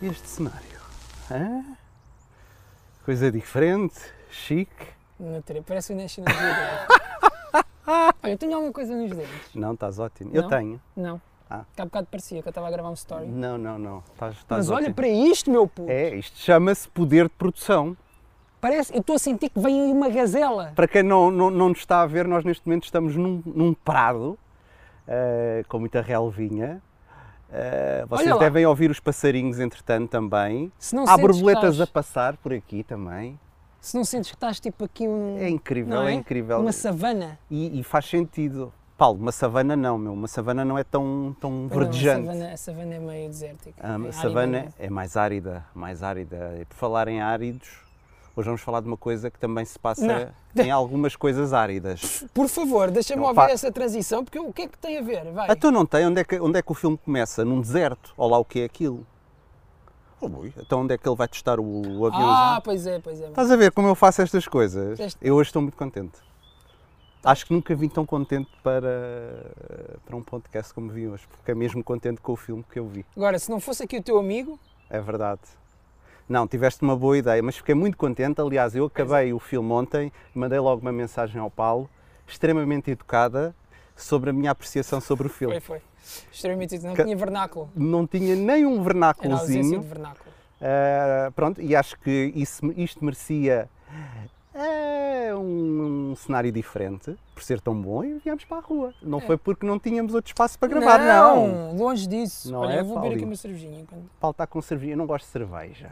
este cenário? Hã? Coisa diferente, chique. Natura, parece o National Geographic. Olha, eu tenho alguma coisa nos dedos. Não, estás ótimo. Eu Não? tenho. Não. Ah. Que há bocado parecia que eu estava a gravar um story. Não, não, não. Estás, estás Mas olha ótimo. para isto, meu puto. É, isto chama-se poder de produção. Parece, eu estou a sentir que vem aí uma gazela. Para quem não, não, não nos está a ver, nós neste momento estamos num, num prado eh, com muita relvinha. Eh, vocês Olha lá. devem ouvir os passarinhos entretanto também. Se não Há sentes que borboletas a estás- passar por aqui também. Se não sentes que estás tipo aqui um... É incrível, não é? incrível. Uma savana. E, e faz sentido. Paulo, uma savana não, meu. Uma savana não é tão, tão Não, verdejante. Ah, A savana, a savana é meio desértica. A é árida, savana não é mais árida, mais árida. E por falar em áridos, hoje vamos falar de uma coisa que também se passa em algumas coisas áridas. é? Por favor, deixa-me Não, ouvir pá. essa transição, porque o que é que tem a ver? Vai. Ah, tu não tem? Onde é, que, onde é que o filme começa? Num deserto? Olha lá o que é aquilo. Oh, boi, então onde é que ele vai testar o, o avião? ah, pois é, pois é. Estás a ver como eu faço estas coisas? Teste. Eu hoje estou muito contente. Acho que nunca vim tão contente para, para um podcast como vi hoje. Fiquei mesmo contente com o filme que eu vi. Agora, se não fosse aqui o teu amigo, É verdade. Não, tiveste uma boa ideia, mas fiquei muito contente. Aliás, eu acabei o filme ontem e mandei logo uma mensagem ao Paulo, extremamente educada, sobre a minha apreciação sobre o foi, filme. foi. Extremamente, não Ca- tinha vernáculo. Não tinha nem um Era a ausência de vernáculozinho. vernáculo. Ah, pronto, e acho que isso, isto merecia ah, um, um cenário diferente, por ser tão bom, e viemos para a rua. É. Não foi porque não tínhamos outro espaço para gravar, não. Longe disso. Não Olha, é, eu vou beber aqui Paulinho? uma cervejinha. enquanto- Paulo está com cerveja. Eu não gosto de cerveja.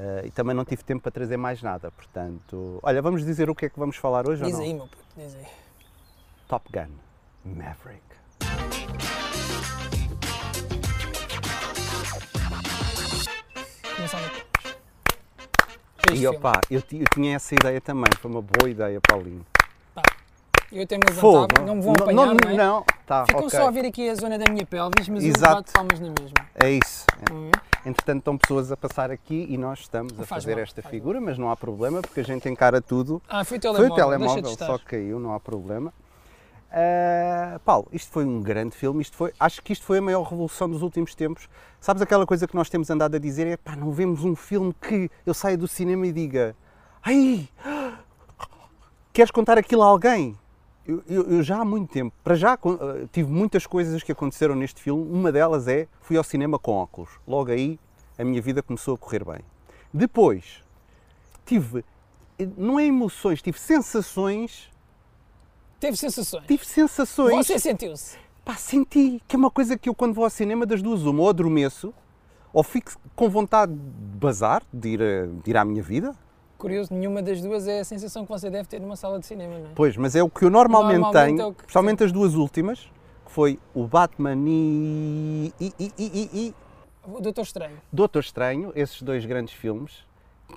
Ah, e também não tive tempo para trazer mais nada, portanto. Olha, vamos dizer o que é que vamos falar hoje Diz ou não? aí, meu puto, diz aí. Top Gun Maverick. Começava aqui. E opá, eu, ti- eu tinha essa ideia também, foi uma boa ideia, Paulinho. Eu até me levantava, não me vão apanhar, não, não é? não, tá, Ficam ok. só a ver aqui a zona da minha pelvis, mas Exato. eu bato palmas na mesma. É isso. Não é? Entretanto, estão pessoas a passar aqui e nós estamos Não a faz fazer mal, esta faz figura, mas não há problema porque a gente encara tudo. Ah, foi Foi o o telemóvel, deixa de telemóvel, estar. só que caiu, não há problema. Ah, Paulo, isto foi um grande filme, isto foi, acho que isto foi a maior revolução dos últimos tempos. Sabes aquela coisa que nós temos andado a dizer é pá, não vemos um filme que eu saia do cinema e diga ai, queres contar aquilo a alguém? Eu, eu- eu já há muito tempo, para já con- ah, tive muitas coisas que aconteceram neste filme, uma delas é fui ao cinema com óculos, logo aí a minha vida começou a correr bem. Depois, tive, não é emoções, tive sensações, Teve sensações. tive sensações, Você sentiu-se. pá, senti, que é uma coisa que eu quando vou ao cinema das duas uma, ou adormeço, ou fico com vontade de bazar, de ir, a- de ir à minha vida, Curioso, nenhuma das duas é a sensação que você deve ter numa sala de cinema, não é? pois, mas é o que eu normalmente, Normalmente tenho, é o que- especialmente as duas últimas, que foi o Batman e... e, e, e, e, e O Doutor Estranho. Doutor Estranho, esses dois grandes filmes,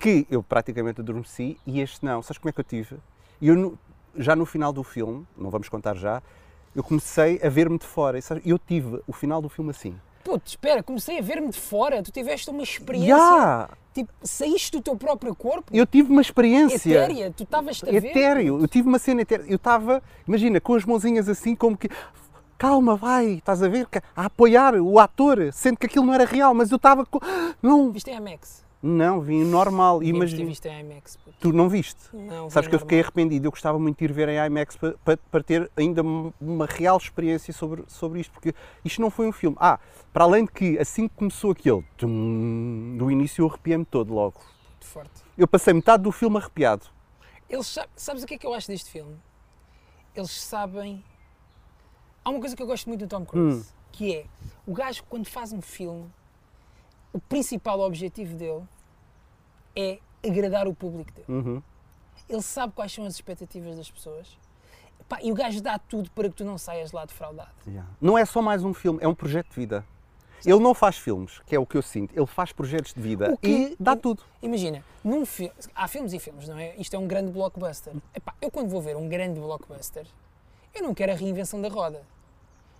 que eu praticamente adormeci e este não. Sabes como é que eu tive? Eu, no- já no final do filme, não vamos contar já, eu comecei a ver-me de fora. E sabes, eu tive o final do filme assim. Puto, espera, comecei a ver-me de fora. Tu tiveste uma experiência. Ya! Tipo, saíste do teu próprio corpo. Eu tive uma experiência. Etérea, tu estavas-te a ver. Etéreo. Eu tive uma cena etérea. Eu estava, imagina, com as mãozinhas assim, como que. Calma, vai, estás a ver? A apoiar o ator, sendo que aquilo não era real, mas eu estava. com- Não, Viste em IMAX. é não, vim normal. Devíamos ter Imagina. visto em IMAX, puto. Tu não viste? Não, Sabes vi que eu fiquei normal. arrependido, eu gostava muito de ir ver em IMAX para, para, para ter ainda m- uma real experiência sobre, sobre isto, porque isto não foi um filme. Ah, para além de que assim que começou aquele, tum, do início eu arrepiei-me todo logo. Muito forte. Eu passei metade do filme arrepiado. Eles sa- sabes o que é que eu acho deste filme? Eles sabem. Há uma coisa que eu gosto muito do Tom Cruise, que é o gajo quando faz um filme, o principal objetivo dele é agradar o público dele. Uhum. Ele sabe quais são as expectativas das pessoas. Pá, e o gajo dá tudo para que tu não saias de lá defraudado. Yeah. Não é só mais um filme, é um projeto de vida. Ele não faz filmes, que é o que eu sinto, ele faz projetos de vida O que- e dá tudo. Imagina, num fi- há filmes e filmes, não é? Isto é um grande blockbuster. Epá, eu quando vou ver um grande blockbuster, eu não quero a reinvenção da roda.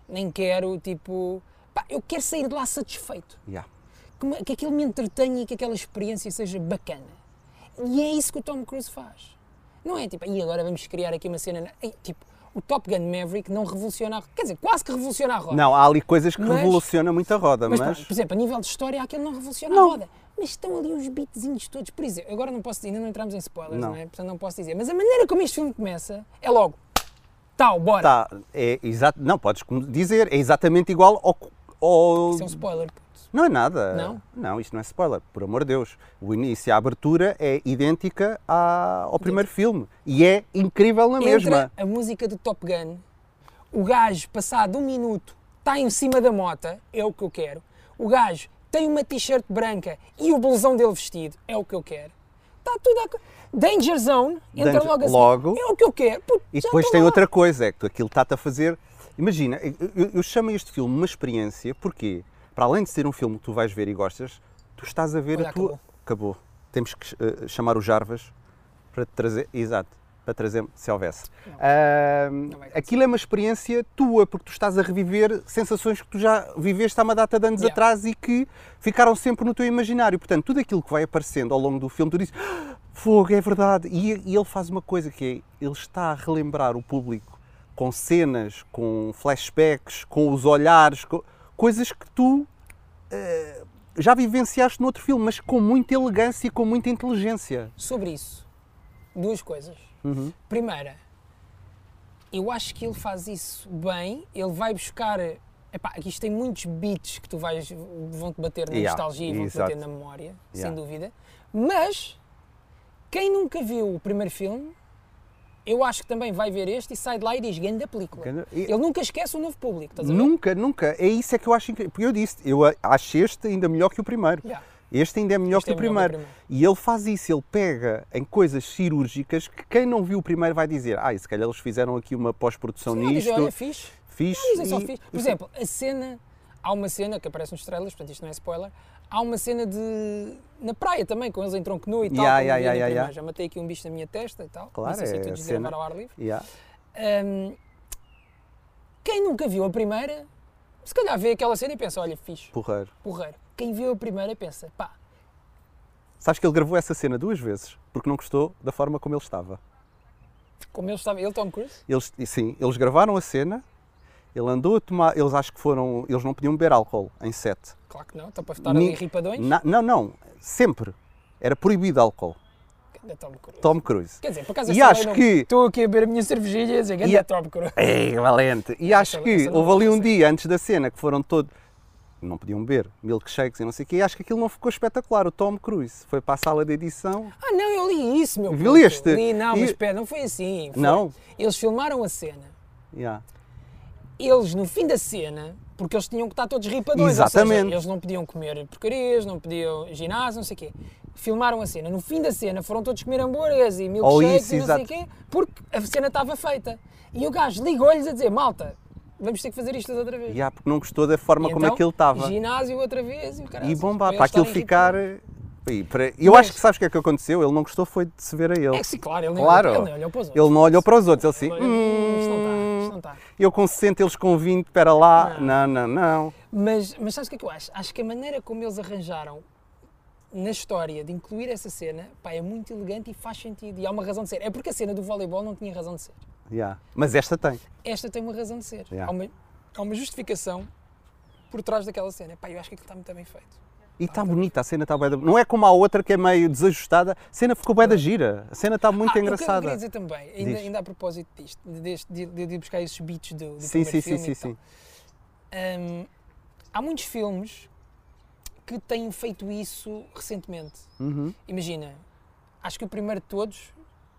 Nem quero, tipo. pá, eu quero sair de lá satisfeito. Yeah. Que, me- que aquilo me entretenha e que aquela experiência seja bacana. E é isso que o Tom Cruise faz. Não é tipo, e agora vamos criar aqui uma cena. na-" Ei, tipo, o Top Gun Maverick não revoluciona a roda. Quer dizer, quase que revoluciona a roda. Não, há ali coisas que Mas- revolucionam muito a roda, Mas, mas. pá, por exemplo, a nível de história, aquilo não revoluciona Não. a roda. Mas estão ali uns beatzinhos todos. Por exemplo, agora não posso ainda não entramos em spoilers, Não. não, é? Portanto, não posso dizer. Mas a maneira como este filme começa é logo. Tal, bora. Tá, é exato. Não, podes como dizer, é exatamente igual ao. ao- Isso é um spoiler. Não é nada. Não? isto não é spoiler, por amor de Deus. O início, a abertura é idêntica à- ao primeiro filme. E é incrível na mesma. Entra a música do Top Gun, o gajo, passado um minuto, está em cima da mota, é o que eu quero. O gajo tem uma t-shirt branca e o blusão dele vestido, é o que eu quero. Está tudo a... co- Danger Zone, entra Danger- logo assim, logo. é o que eu quero. Puto, E já depois estou tem lá. outra coisa, é que aquilo está-te a fazer. Imagina, eu, eu- eu chamo este filme uma experiência, porque para além de ser um filme que tu vais ver e gostas, tu estás a ver Olha, a tua. Acabou. Temos que eh, chamar o Jarvas para te trazer. Exato, para trazer, se houvesse. Ahm, vai acontecer. aquilo é uma experiência tua, porque tu estás a reviver sensações que tu já viveste há uma data de anos Yeah. atrás e que ficaram sempre no teu imaginário. Portanto, tudo aquilo que vai aparecendo ao longo do filme, tu dizes "Ah, fogo, é verdade. E, e ele faz uma coisa que é, ele está a relembrar o público com cenas, com flashbacks, com os olhares, co- coisas que tu eh, já vivenciaste no outro filme, mas com muita elegância e com muita inteligência. Sobre isso, duas coisas. Uhum. Primeira, eu acho que ele faz isso bem. Ele vai buscar. Epá, aqui isto tem muitos beats que tu vais, vão-te bater na Yeah, nostalgia e vão-te exato. bater na memória, sem Yeah. dúvida. Mas, quem nunca viu o primeiro filme, eu acho que também vai ver este e sai de lá e diz: grande película. Ganda- e- Ele nunca esquece o novo público, estás a ver? Nunca, nunca. É isso é que eu acho incrível. Porque eu disse, eu a- acho este ainda melhor que o primeiro. Yeah. Este ainda é melhor, Este que, é o melhor que o primeiro. E ele faz isso, ele pega em coisas cirúrgicas que quem não viu o primeiro vai dizer, ah, e se calhar eles fizeram aqui uma pós-produção Não, diz, nisto. olha, fixe. fixe. Não dizem é só e- é-" fixe. Por exemplo, a cena. Há uma cena que aparece nos trailers, portanto isto não é spoiler. Há uma cena de. na praia também, com eles em tronco nu e tal. Yeah, yeah, como vi yeah, na yeah, primeira. yeah. Já matei aqui um bicho na minha testa e tal. Claro, não sei se é tu a desgravar cena. ao ar livre. Yeah. Hum, quem nunca viu a primeira, se calhar vê aquela cena e pensa: olha, fixe, Porreiro. porreiro. Quem viu a primeira pensa: pá, Sabes que ele gravou essa cena duas vezes, porque não gostou da forma como ele estava. como ele estava. Ele, Tom Cruise? Eles, e sim, eles gravaram a cena, ele andou a tomar, eles acho que foram, eles não podiam beber álcool em sete. Claro que não, está para estar ali Ni- ripadões. Na- não, não, sempre. Era proibido álcool. Ganda Tom Cruise. Tom Cruise. Quer dizer, por acaso E essa lei acho não- que- Estou aqui a beber a minha cervejinha e a dizer: ganda Yeah. Tom Cruise. É, valente. E acho essa que não houve ali um aconteceu. dia antes da cena que foram todos. Não podiam beber milkshakes e não sei o quê. E acho que aquilo não ficou espetacular. O Tom Cruise foi para a sala de edição. Ah, não, eu li isso, meu puto. Leste? Li, não, mas E- espera, não foi assim. foi. Não? Eles filmaram a cena. Yeah. Eles, no fim da cena, porque eles tinham que estar todos ripadões, ou Exatamente. seja, eles não podiam comer porcarias, não podiam ginásio, não sei o quê. Filmaram a cena. No fim da cena foram todos comer hambúrgueres e milkshakes Oh, isso, e não exato. sei o quê, porque a cena estava feita. E o gajo ligou-lhes a dizer, malta, vamos ter que fazer isto outra vez. Yeah, porque não gostou da forma E como então, aquilo estava. Ginásio outra vez e o caralho. E bombar, eles para aquilo estarem ficar. ripadões. E para- Eu Mas- acho que sabes o que é que aconteceu? Ele não gostou foi de se ver a ele. É que sim, claro, ele nem, Claro. ele nem olhou para os outros. Ele não olhou para os outros, ele assim. Ele olhou, "Hum, isto não está, "Hum, isto não está. eu com 60, eles com 20, espera lá. Não, não, não. Mas, mas sabes o que é que eu acho? Acho que a maneira como eles arranjaram na história de incluir essa cena pá, é muito elegante e faz sentido. E há uma razão de ser. É porque a cena do voleibol não tinha razão de ser. Yeah. Mas esta tem. Esta tem uma razão de ser. Yeah. Há, uma, há uma justificação por trás daquela cena. Pá, eu acho que aquilo está muito bem feito. E está bonita, a cena está bem da... Não é como a outra que é meio desajustada. A cena ficou bem da gira. A cena está muito Ah, O que eu queria engraçada. dizer também, ainda, Diz. ainda a propósito disto, de, deste- de, de- de buscar esses beats do, do Sim, primeiro sim, sim, filme então. sim, e tal. sim. Hum, há muitos filmes que têm feito isso recentemente. Uhum. Imagina, acho que o primeiro de todos,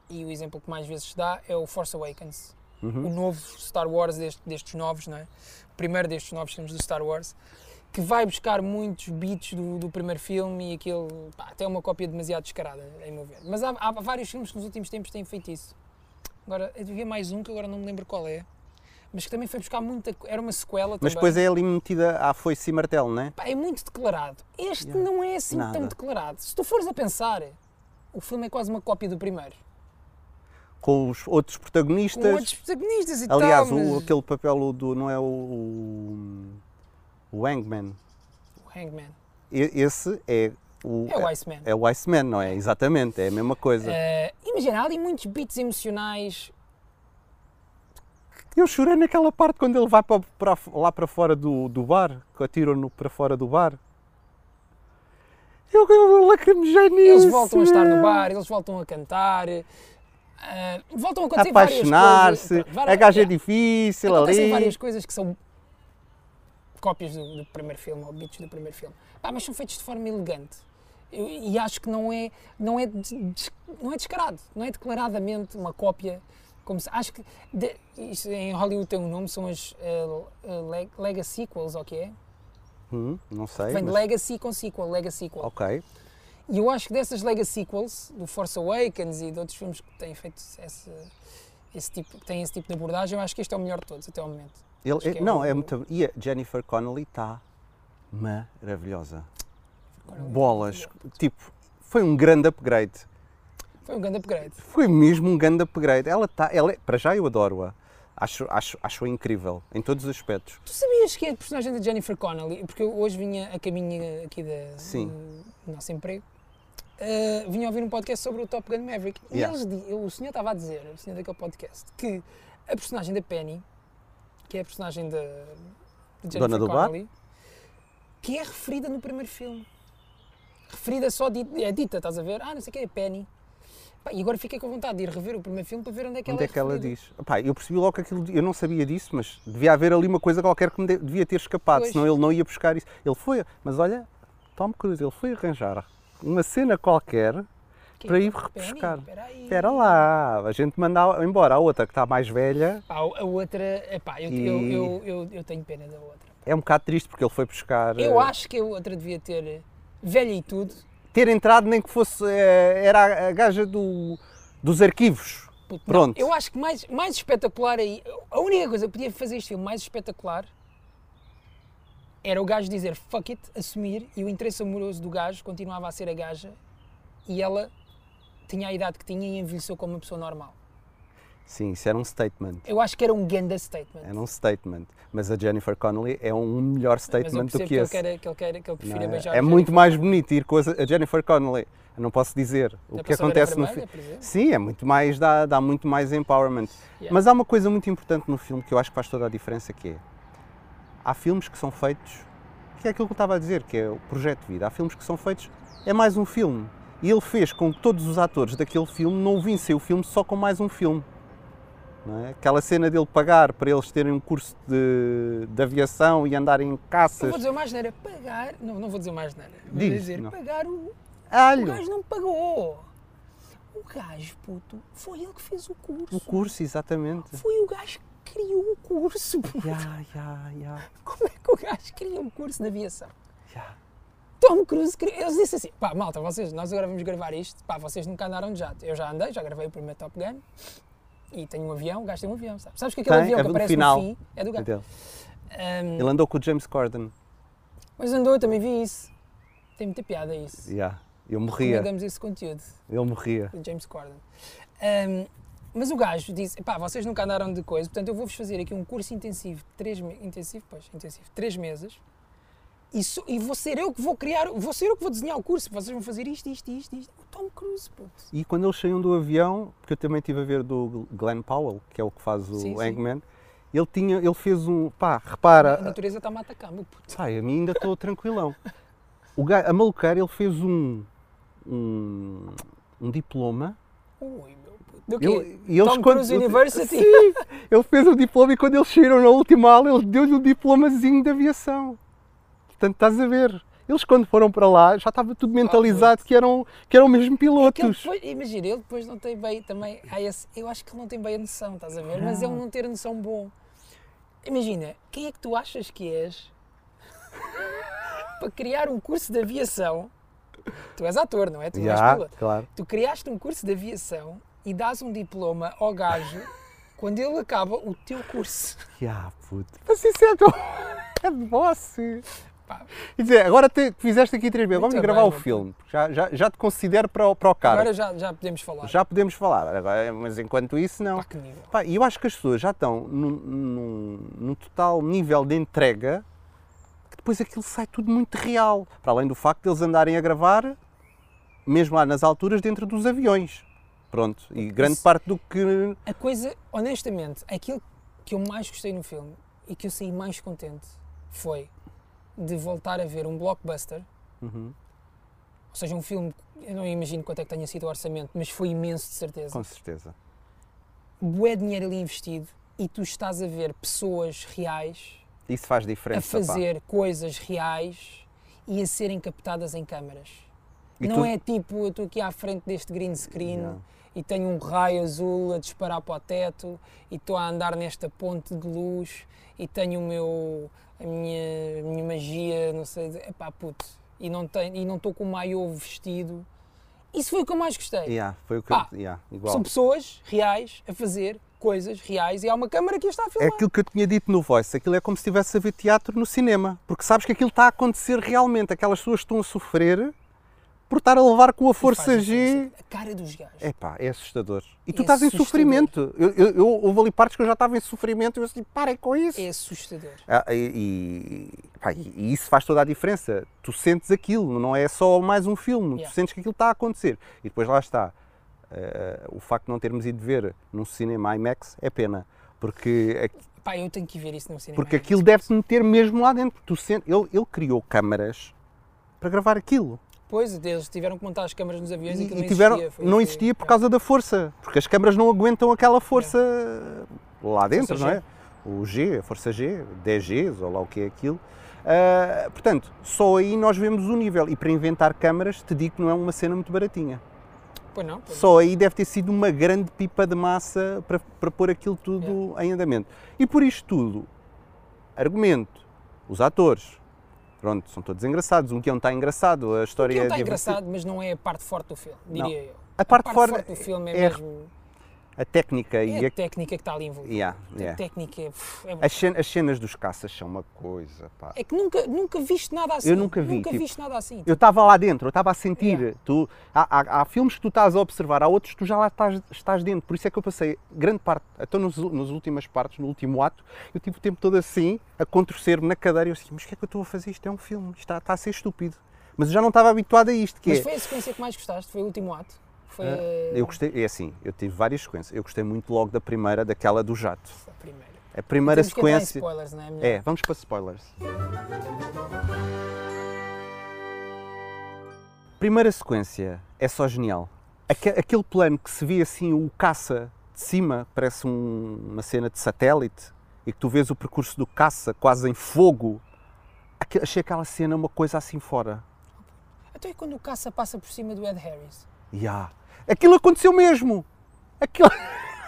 e o exemplo que mais vezes se dá, é o Force Awakens. Uhum. O novo Star Wars deste- destes novos, não é? O primeiro destes novos filmes do Star Wars, que vai buscar muitos beats do, do primeiro filme e aquele. pá, até uma cópia demasiado descarada, em meu ver. Mas há, há vários filmes que nos últimos tempos têm feito isso. Agora, havia mais um que agora não me lembro qual é, mas que também foi buscar muita. co- Era uma sequela Mas também. depois é ali metida à foice e martelo, não é? Pá, é muito declarado. Este Yeah. não é assim tão Nada. declarado. Se tu fores a pensar, o filme é quase uma cópia do primeiro. Com os outros Com protagonistas. outros protagonistas e Aliás, tal. o, mas- aquele papel o do. Não é o. O, o Hangman. O Hangman. E- Esse é o. É o Iceman. é o Iceman, não é? Exatamente, é a mesma coisa. Eh, imagina, há ali muitos beats emocionais Eu chorei naquela parte quando ele vai para, para- lá para fora do, do bar, que atiram-no para fora do bar. Eu, eu lacrimejei nisso. Eles voltam a estar no meu. bar, eles voltam a cantar, ah, voltam a acontecer várias coisas. Apaixonar-se, Pronto, a gaja é yeah. difícil Acontecem ali. várias coisas que são cópias do, do primeiro filme, ou bits do primeiro filme. Pá, mas são feitos de forma elegante. Eu- e acho que não é, não, é des- des- não é descarado, não é declaradamente uma cópia. Como se, acho que de- isto em Hollywood tem um nome, são as eh, eh, leg- Lega Sequels, ou o que é? Hum, não sei. Vem de mas- Legacy com sequel, Lega Sequel. Ok. E eu acho que dessas Lego sequels, do Force Awakens e de outros filmes que têm feito esse, esse tipo, que têm esse tipo de abordagem, eu acho que este é o melhor de todos até ao momento. Ele- Acho que é não, é o- muito. E a Jennifer Connelly está maravilhosa. Agora, Bolas. Tipo, foi um grande upgrade. Foi um grande upgrade. Foi mesmo um grande upgrade. Ela está. Ela é- para já eu adoro-a. Acho, acho, acho incrível em todos os aspectos. Tu sabias que a personagem da Jennifer Connelly, porque eu hoje vinha a caminho aqui da, Sim. do nosso emprego, eh, vinha ouvir um podcast sobre o Top Gun Maverick. Yeah. E eles, di- o senhor estava a dizer, o senhor daquele podcast, que a personagem da Penny, que é a personagem da da Jennifer Dona do bar? Connelly, que é referida no primeiro filme. Referida só, di- é dita, estás a ver? Ah, não sei o que é Penny. Pá, e agora fiquei com vontade de ir rever o primeiro filme para ver onde é que Onde ela é que ela referida. diz? Pá, eu percebi logo que aquilo. Eu não sabia disso, mas devia haver ali uma coisa qualquer que me de- devia ter escapado, Pois. senão ele não ia buscar isso. Ele foi. Mas olha, Tom Cruise, ele foi arranjar uma cena qualquer Que é para ir Penny, repescar. peraí. Espera lá, a gente manda embora a outra que está mais velha. Pá, a outra, epá, eu, E- eu, eu, eu, eu tenho pena da outra. É um bocado triste porque ele foi buscar. Eu eh, acho que a outra devia ter velha e tudo. Ter entrado nem que fosse. eh, Era a- a gaja do, dos arquivos. Puto, não, Pronto. eu acho que mais, mais espetacular aí, a única coisa que podia fazer este filme mais espetacular era o gajo dizer fuck it, assumir, e o interesse amoroso do gajo continuava a ser a gaja e ela tinha a idade que tinha e envelheceu como uma pessoa normal. Sim, isso era um statement. Eu acho que era um ganda statement. Era um statement. Mas a Jennifer Connelly é um melhor Mas eu statement do percebo que, que, ele, esse. queira, que, ele queira, que não ele prefira é? beijar É a muito Jennifer. mais bonito ir com a a Jennifer Connelly. Eu não posso dizer o Até que para saber a acontece no vermelha, filme. por exemplo. Sim, é muito mais, dá, dá muito mais empowerment. Yeah. Mas há uma coisa muito importante no filme que eu acho que faz toda a diferença que é. Há filmes que são feitos, que é aquilo que eu estava a dizer, que é o projeto de vida. Há filmes que são feitos, é mais um filme. E ele fez com que todos os atores daquele filme não vissem o filme só com mais um filme. não é? Aquela cena dele pagar para eles terem um curso de, de aviação e andarem em Não caças. vou dizer mais nada, é pagar. Não, não vou dizer mais nada. Vou Diz, dizer, não. pagar o. O Alho! gajo não pagou. O gajo, puto, foi ele que fez o curso. O curso, exatamente. Foi o gajo que criou o curso. puto. Ya, ya, ya, Como é que o gajo cria um curso de aviação? ya. Tom Cruise criou. Eles disse assim: pá, malta, vocês, nós agora vamos gravar isto. Pá, vocês nunca andaram de jato. Eu já andei, já gravei o primeiro Top Gun. E tenho um avião, o gajo tem um avião, sabes? Sabes que aquele Tem, avião é que do aparece final. no fim é do É gajo. dele. Ahm, Ele andou com o James Corden. mas andou, eu também vi isso. Tem muita piada isso. Ya. Eu morria. Recomendamos esse conteúdo. Ele morria. do James Corden. Ahm, mas o gajo disse, pá, vocês nunca andaram de coisa, portanto eu vou-vos fazer aqui um curso intensivo, de três, me- intensivo, pois, intensivo, três meses, e, sou- e vou ser eu que vou criar, vou ser eu que vou desenhar o curso, vocês vão fazer isto, isto, isto, isto. O Tom Cruise, puto. E quando eles saíam do avião, porque eu também estive a ver do Glenn Powell, que é o que faz o Sim, sim. Hangman, ele tinha, ele fez um, pá, A repara, natureza está-me a atacar, meu puto. sai, a mim ainda estou tranquilão. O ga- a maluqueira, ele fez um, um, um diploma. Ui, meu puto. Do Ele- quê? e eles Tom quando- Cruise University? Sim, ele fez um diploma e quando eles saíram na última aula, ele deu-lhe um diplomazinho de aviação. Portanto, estás a ver, eles quando foram para lá, já estava tudo mentalizado que eram, que eram mesmo Que ele pilotos. depois, imagina, ele depois não tem bem também. há esse- eu acho que ele não tem bem a noção, estás a ver? Mas ele não ter a noção bom. Imagina, quem é que tu achas que és para criar um curso de aviação? Tu és ator, não é? Tu não és Já, piloto. claro. Tu criaste um curso de aviação e dás um diploma ao gajo quando ele acaba o teu curso. Ya, puto. Mas isso é do... é de você. Pá, Quer dizer, agora te, fizeste aqui três vezes, Muito vamos gravar bem, o meu filme. Já, já, já te considero para o, para o cara. agora já, já podemos falar. Já podemos falar, agora, mas enquanto isso não. Pá, que nível. Pá, E eu acho que as pessoas já estão num, num, num total nível de entrega que depois aquilo sai tudo muito real. Para além do facto de eles andarem a gravar, mesmo lá nas alturas, dentro dos aviões. Pronto, e grande Isso- parte do que A coisa, honestamente, aquilo que eu mais gostei no filme e que eu saí mais contente foi de voltar a ver um blockbuster, Uhum. ou seja, um filme, eu não imagino quanto é que tenha sido o orçamento, mas foi imenso de certeza. Com certeza. Bué dinheiro ali investido e tu estás a ver pessoas reais Isso faz a diferença. pá. fazer coisas reais e a serem captadas em câmaras. E não tu- é tipo, eu estou aqui à frente deste green screen Yeah. e tenho um raio azul a disparar para o teto e estou a andar nesta ponte de luz e tenho o meu, a minha, a minha magia, não sei, epá, puto, e não tenho- e não estou com o maiô vestido. Isso foi o que eu mais gostei. Yeah, foi o que Pá, eu... yeah, é igual. Ah, São pessoas reais a fazer coisas reais e há uma câmara que as está a É filmar. aquilo que eu tinha dito no Voice, aquilo é como se estivesse a ver teatro no cinema, porque sabes que aquilo está a acontecer realmente, aquelas pessoas estão a sofrer por estar a levar com a força Faz G. diferença. A cara dos gajos. Epá, é assustador. E tu É estás em assustador. sofrimento. Eu, eu, eu, houve ali partes que eu já estava em sofrimento e eu assim, parem com isso. É assustador. Ah, e, e- pá, e- e isso faz toda a diferença. Tu sentes aquilo, não é só mais um filme, Yeah. tu sentes que aquilo está a acontecer. E depois lá está. Ah, o facto de não termos ido ver num cinema IMAX é pena, porque É aqui- Pá, eu tenho que ir ver isso no cinema. porque aquilo deve-te meter mesmo lá dentro. Tu sente, ele, ele criou câmaras para gravar aquilo. Depois eles tiveram que montar as câmaras nos aviões e, E, aquilo e não tiveram, existia. foi- assim. é. não foi- existia por causa da força. Porque as câmaras não aguentam aquela força lá dentro, Força não G. é? O G, a força G, 10Gs ou lá o que é aquilo. Ah, portanto, só aí nós vemos o nível. E para inventar câmaras, te digo que não é uma cena muito baratinha. Pois não, pois não. Só aí deve ter sido uma grande pipa de massa para, para pôr aquilo tudo É. em andamento. E por isto tudo, argumento, os atores, pronto, são todos engraçados. O Guião está engraçado, a história Aquilo é está divertida. engraçado, mas não é a parte forte do filme, diria Não. eu. A parte forte forte do filme é, é- mesmo A técnica e é a. a técnica que está ali envolvida. Yeah, A yeah. técnica é, uf, é- As, cen- as cenas dos caças são uma coisa, pá. é que nunca, nunca viste nada assim. Eu nunca vi, Nunca tipo- viste nada assim. Eu estava lá dentro, eu estava a sentir. Yeah. Tu, há, há- há filmes que tu estás a observar, há outros que tu já lá estás, estás dentro. Por isso é que eu passei grande parte, até nos, nas últimas partes, no último ato, eu tive o tempo todo assim, a contorcer-me na cadeira. Eu assim, mas o que é que eu estou a fazer? Isto é um filme, isto está, está a ser estúpido. Mas eu já não estava habituado a isto, que Mas é. ah, foi eh, a sequência que mais gostaste, foi o último ato. Foi a- Eu gostei, é assim, eu tive várias sequências. Eu gostei muito logo da primeira, daquela do jato. a primeira. A primeira Temos que entrar em sequência. spoilers, não é? Melhor. É, vamos para spoilers. Primeira sequência é só genial. Aque- aquele plano que se vê assim, o caça de cima, parece um- uma cena de satélite, e que tu vês o percurso do caça quase em fogo. Aque- achei aquela cena uma coisa assim fora. Até é quando o caça passa por cima do Ed Harris. Ya. Aquilo aconteceu mesmo! Aquilo...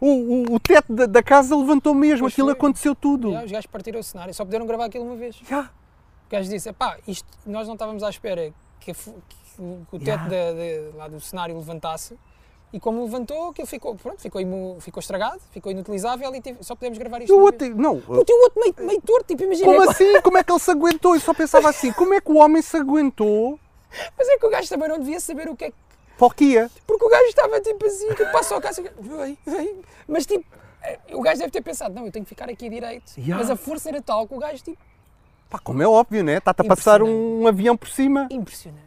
o, o- o teto da, da casa levantou mesmo, Pois aquilo foi. aconteceu tudo. Yeah, os gajos partiram o cenário, só puderam gravar aquilo uma vez. Ya. O gajo disse: pá, isto nós não estávamos à espera que, fo- que- que o teto Yeah. da- da- lá do cenário levantasse. E como levantou, aquilo ficou, pronto, ficou, imu- ficou estragado, ficou inutilizável e tive- só podemos gravar isto. é Eu uma até- vez. não, Puto, e o outro meio, meio torto, tipo, tipo? imagina. Como é quase- assim? Como é que ele se aguentou? Eu só pensava assim, como é que o homem se aguentou assim?" Mas é que o gajo também não devia saber o que é que. para o que ia? Porque o gajo estava tipo assim, que passa ao caso. Vem, vem. Mas tipo, eh, o gajo deve ter pensado: não, eu tenho que ficar aqui direito. Yeah. Mas a força era tal que o gajo, tipo, Pá, como é óbvio, né? Está-te a passar um, avião por cima. impressionante.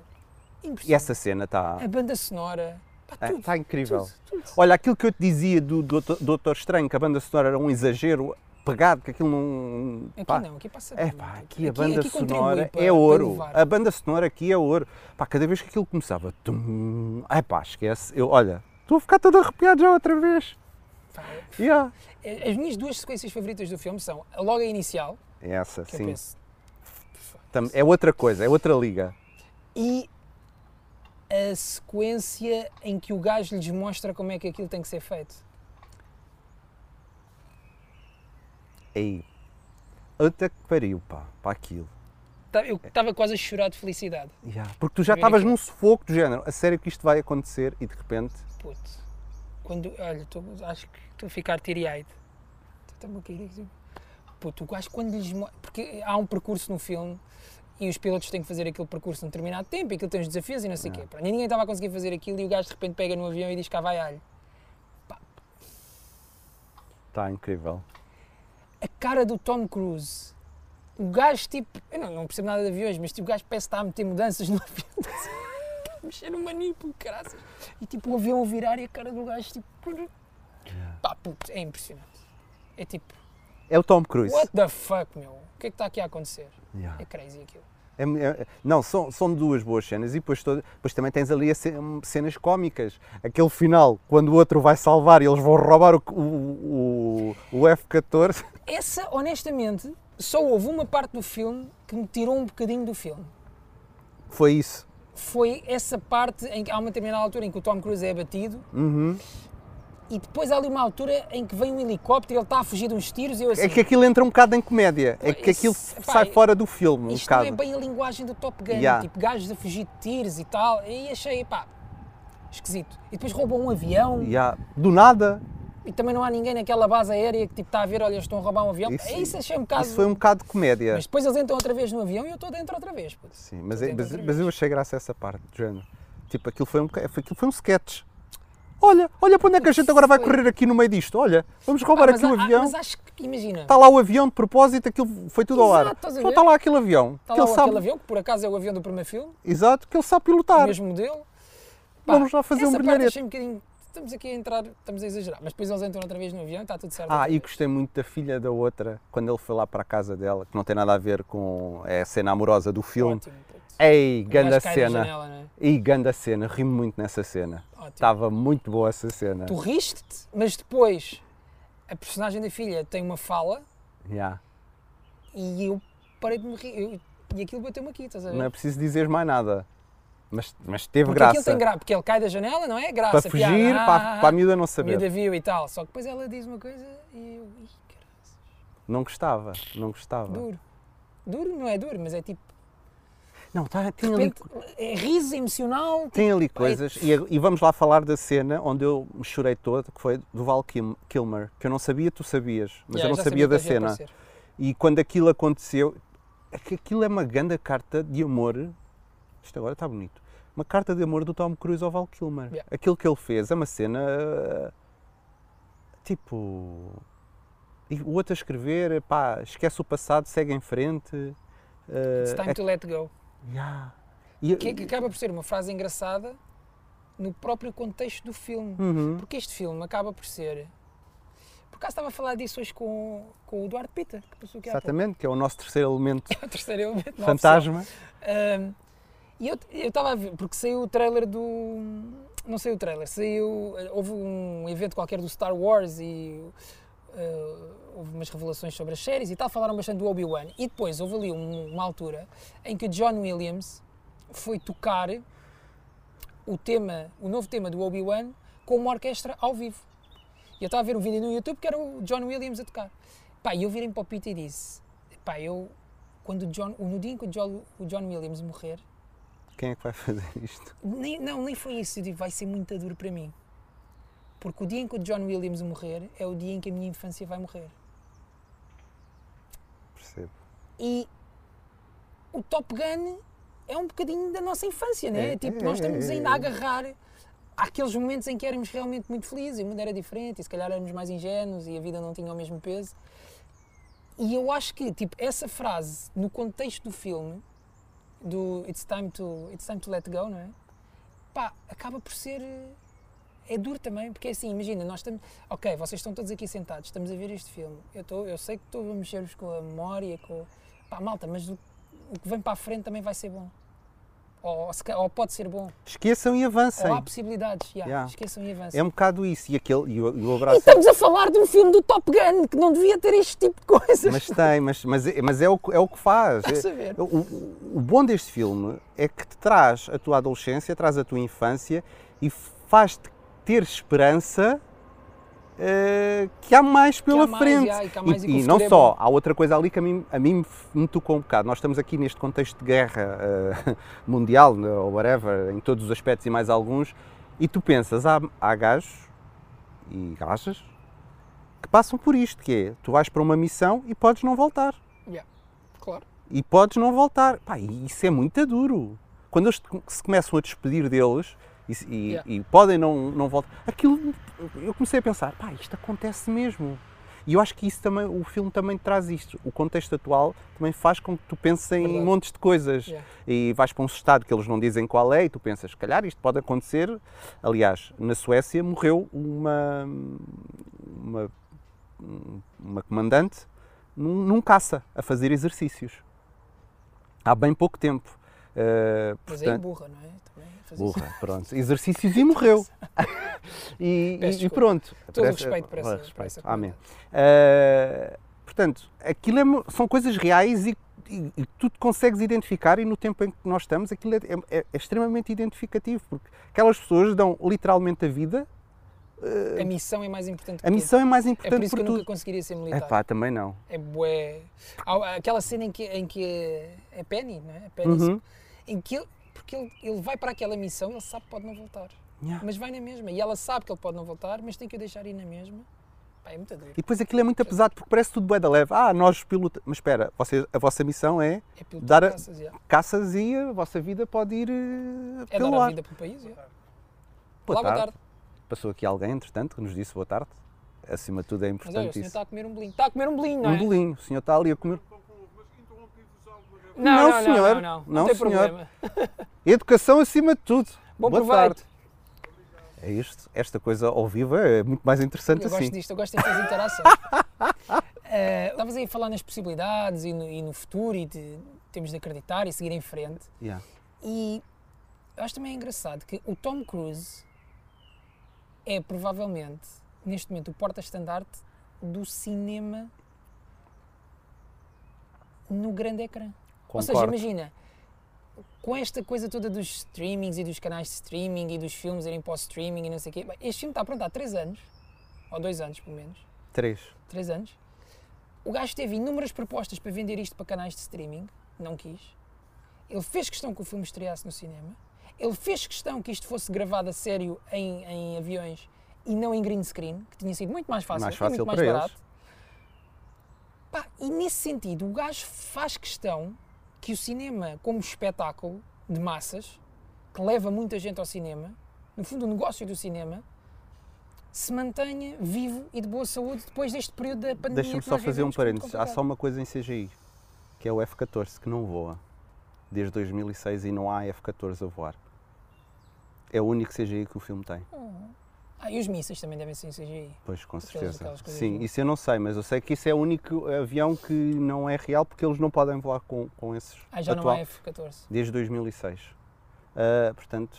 Impressionante. E essa cena está A banda sonora. Pá, tudo, está incrível. tudo, tudo. Olha, aquilo que eu te dizia do Doutor Doutor Estranho, que a banda sonora era um exagero pegado, que aquilo não... Aqui pá. não, aqui passa É tudo. pá, aqui a banda aqui contribui sonora para- é para ouro. elevar. A banda sonora aqui é ouro. Pá, cada vez que aquilo começava, tum, é pá, esquece. Eu, olha, estou a ficar todo arrepiado já outra vez. Pá, Yeah. é- As minhas duas sequências favoritas do filme são a logo a inicial, É essa, que eu sim. penso, Tam- É outra coisa, é outra liga. e a sequência em que o gajo lhes mostra como é que aquilo tem que ser feito. Ei, até que pariu, pá, para aquilo. Tá- Eu É. estava quase a chorar de felicidade. Ya, Porque tu já Ver estavas aquilo. num sufoco do género, a sério que isto vai acontecer e de repente. Puto, quando, olha, tô- acho que estou a ficar teary-eyed. Estou-me a cair aqui. Puto, o gajo quando lhes... mo- Porque há um percurso no filme e os pilotos têm que fazer aquele percurso num determinado tempo e aquilo tem os desafios e não sei o quê. Pá, ninguém estava a conseguir fazer aquilo e o gajo de repente pega no avião e diz cá vai alho. Está incrível. A cara do Tom Cruise. O gajo tipo... Eu não, não percebo nada de aviões, mas tipo, o gajo parece que está a meter mudanças no avião. Está a mexer no manípulo, caraças. E tipo o avião a virar e a cara do gajo tipo... Pá, puto, é impressionante. É tipo, É o Tom Cruise. what the fuck, meu? O que é que está aqui a acontecer? Yeah. É crazy aquilo. É- é- não, são, são duas boas cenas e depois, todo- depois também tens ali as ce- hum, cenas cómicas. Aquele final, quando o outro vai salvar e eles vão roubar o, o- o- o F-14. Essa, honestamente, só houve uma parte do filme que me tirou um bocadinho do filme. Foi isso. Foi essa parte em que há uma determinada altura em que o Tom Cruise é abatido Uhum. e depois há ali uma altura em que vem um helicóptero, ele está a fugir de uns tiros e eu assim. É que aquilo entra um bocado em comédia. É que Pois, aquilo pá, sai fora do filme, um Isto não é bocado. bem a linguagem do Top Gun, Yeah. tipo gajos a fugir de tiros e tal. E achei, pá, esquisito. E depois roubam um avião Yeah. Do nada. e também não há ninguém naquela base aérea que tipo está a ver, olha, eles estão a roubar um avião. Isso- Isso, isso achei um bocado. Isso foi um bocado de comédia. Mas depois eles entram outra vez no avião e eu estou dentro outra vez. puto. Sim, mas, Estou é- dentro mas, outra mas eu vez. achei graça essa parte, de género. Tipo, aquilo foi um, boca- foi- aquilo foi um sketch. Olha, olha para onde é que a gente agora vai Foi. correr aqui no meio disto. Olha, vamos Pá, roubar Ah, mas aqui o há- há- avião. Tá Mas acho que, imagina, Está lá o avião de propósito, aquilo foi tudo ao Exato, ar. estás a Só ver? está lá aquele avião. está que tá lá ele aquele sabe, avião, que por acaso é o avião do primeiro filme, Exato, que ele sabe o pilotar. mesmo modelo. Vamos lá fazer um essa parte brilharete. achei um bocadinho. Estamos aqui a entrar, estamos a exagerar, mas depois eles entram outra vez no avião e está tudo certo. Ah, outra e vez. gostei muito da filha da outra, quando ele foi lá para a casa dela, que não tem nada a ver com é a cena amorosa do filme. Ótimo, puto. Ei, ganda Mas cai da cena. janela, não é? Ei, ganda cena. Rimo muito nessa cena. Ótimo. Estava muito boa essa cena. Tu riste-te, mas depois a personagem da filha tem uma fala Yeah. e eu parei de me rir. Eu- e aquilo bateu-me aqui, estás a ver? Não é preciso dizer mais nada. Mas, mas teve porque graça. aquilo tem graça, porque ele cai da janela, não é? Graça, Para fugir, piada. Ah, para, a- para a miúda não a saber. miúda viu e tal. Só que depois ela diz uma coisa e eu. Ih, caralho, Não gostava, não gostava. duro. Duro não é duro, mas é tipo. Não, tá, De tem, ali, repente, tipo, é riso emocional. tem ali coisas. E, e vamos lá falar da cena onde eu me chorei todo, que foi do Val Kim- Kilmer, que eu não sabia, tu sabias, mas Yeah, eu não já sabia da que ele ia cena. aparecer. E quando aquilo aconteceu, é que aquilo é uma grande carta de amor. Isto agora está bonito. Uma carta de amor do Tom Cruise ao Val Kilmer. Yeah. Aquilo que ele fez é uma cena. eh, Tipo. E o outro a escrever, pá, esquece o passado, segue em frente. eh, It's time é- to let go. Yeah. E- Que, que acaba por ser uma frase engraçada no próprio contexto do filme. Uhum. Porque este filme acaba por ser. Por acaso estava a falar disso hoje com, com o Eduardo Pita, que passou aqui há pouco. Exatamente, que é o nosso terceiro elemento É o terceiro elemento. não, fantasma. pessoal. Ahm, e eu eu estava a ver, porque saiu o trailer do. Não saiu o trailer, saiu. Houve um evento qualquer do Star Wars e. ah, houve umas revelações sobre as séries e tal, falaram bastante do Obi-Wan. E depois houve ali um- uma altura em que o John Williams foi tocar o tema, o novo tema do Obi-Wan com uma orquestra ao vivo. E eu estava a ver um vídeo no YouTube que era o John Williams a tocar. Pá, e eu virei para o Pete e disse: pá, eu, quando o John, no dia em que o John, o John Williams morrer, Quem é que vai fazer isto? nem, não, nem foi isso. Eu digo, vai ser muito duro para mim. Porque o dia em que o John Williams morrer é o dia em que a minha infância vai morrer. Percebo. E o Top Gun é um bocadinho da nossa infância, não é? É, tipo, é, nós é, estamos é, ainda é. a agarrar àqueles momentos em que éramos realmente muito felizes e o mundo era diferente e se calhar éramos mais ingênuos e a vida não tinha o mesmo peso. E eu acho que, tipo, essa frase no contexto do filme, do It's time to, it's time to let go, não é? Pá, acaba por ser. eh, É duro também, porque é assim, imagina, nós estamos. Ok, vocês estão todos aqui sentados, estamos a ver este filme. Eu, estou eu sei que estou a mexer-vos com a memória, com. Pá, malta, mas o, o que vem para a frente também vai ser bom. Ou, se ca- ou pode ser bom. Esqueçam e avancem. Ou há possibilidades. Yeah, Yeah. Esqueçam e avancem. É um bocado isso. E, aquele, e o, e o E abraço. estamos a falar de um filme do Top Gun que não devia ter este tipo de coisas. Mas tem, mas, mas, é- mas é, o, que- é o que faz. Estás a ver? O, o- o bom deste filme é que te traz a tua adolescência, traz a tua infância e faz-te ter esperança eh, que há mais há pela mais, frente. yeah, e que há mais e que o e não futuro é só, bom. há outra coisa ali que a mim, a mim me f- me tocou um bocado. Nós estamos aqui neste contexto de guerra eh, mundial, né, ou whatever, em todos os aspectos e mais alguns, e tu pensas, há, há gajos e gajas que passam por isto, que é, tu vais para uma missão e podes não voltar Yeah. Claro. e podes não voltar. Pá, e isso é muito duro. Quando eles te- se começam a despedir deles e, se- e- Yeah. e podem não, não voltar, aquilo eu comecei a pensar, pá, isto acontece mesmo. E eu acho que isso também, o filme também traz isto. O contexto atual também faz com que tu penses em Verdade. montes de coisas. Yeah. E vais para um estado que eles não dizem qual é e tu pensas, se calhar isto pode acontecer. Aliás, na Suécia morreu uma, uma um- uma comandante num, num caça a fazer exercícios. Há bem pouco tempo. Eh, Mas aí portanto- burra, não é? Também fazer isso. Burra, pronto. Exercícios e morreu. e, Peço e- e desculpa. pronto. Todo o respeito para essa- Ah, para essa Amém. comandante. Ah, portanto, aquilo é mo- são coisas reais e, e- e tu te consegues identificar e no tempo em que nós estamos aquilo é, é- é extremamente identificativo porque aquelas pessoas dão literalmente a vida. A missão é mais importante que A tudo. missão é mais É por importante isso que por eu nunca tudo. conseguiria ser É militar. pá, também não. É bué. Há aquela cena em que, em que é, é Penny, não é? A Penny, Uhum. em que ele, porque ele, ele vai para aquela missão, ele sabe que pode não voltar. Yeah. Mas vai na mesma. E ela sabe que ele pode não voltar, mas tem que o deixar ir na mesma. Pá, é muito duro. E depois aquilo é muito apesado porque parece tudo bué da leve. Ah, nós pilotos. Mas espera, vocês- a vossa missão é É piloto Dar de a- caças, já. caças e a vossa vida pode ir eh, É pelo dar a ar. vida pelo país. já. Boa Olá, tarde. Passou aqui alguém, entretanto, que nos disse boa tarde. Acima de tudo é Mas olha, o importante senhor isso. está a comer um bolinho. Está a comer um bolinho, não é? Um bolinho, o senhor está ali a comer. Não, Não, não, senhor. Não, não, não. Não, tem senhor. problema. Educação acima de tudo. Bom boa proveito. tarde. É isto, esta coisa ao vivo é muito mais interessante Eu assim. gosto disto, eu gosto dessas interações. Eh, Estavas aí a falar nas possibilidades e no, e no futuro e de- temos de acreditar e seguir em frente. Yeah. E eu acho também engraçado que o Tom Cruise é provavelmente, neste momento, o porta-estandarte do cinema no grande ecrã. Ou seja, Concordo. imagina, com esta coisa toda dos streamings e dos canais de streaming e dos filmes irem para o streaming e não sei o quê, bem, este filme está pronto há 3 anos, ou 2 anos pelo menos, Três. 3 anos. O gajo teve inúmeras propostas para vender isto para canais de streaming, não quis. Ele fez questão que o filme estreasse no cinema. Ele fez questão que isto fosse gravado a sério em, em aviões e não em green screen, que tinha sido muito mais fácil, Mais e fácil muito mais para barato. eles. Pá, e nesse sentido, o gajo faz questão que o cinema, como espetáculo de massas, que leva muita gente ao cinema, no fundo o negócio do cinema, se mantenha vivo e de boa saúde depois deste período da pandemia. Deixa-me que só nós fazer um vivemos, que é muito parênteses. Há só complicado. uma coisa em CGI, que é o F-14, que não voa. Desde 2006 e não há F-14 a voar. É o único CGI que o filme tem. Ah, e os mísseis também devem ser em CGI. Pois, com Aquelas- certeza. aquelas coisas Sim, do- isso eu não sei, mas eu sei que isso é o único avião que não é real porque eles não podem voar com, com esses Ah, já atual, não há F-14. desde 2006. Ah, portanto,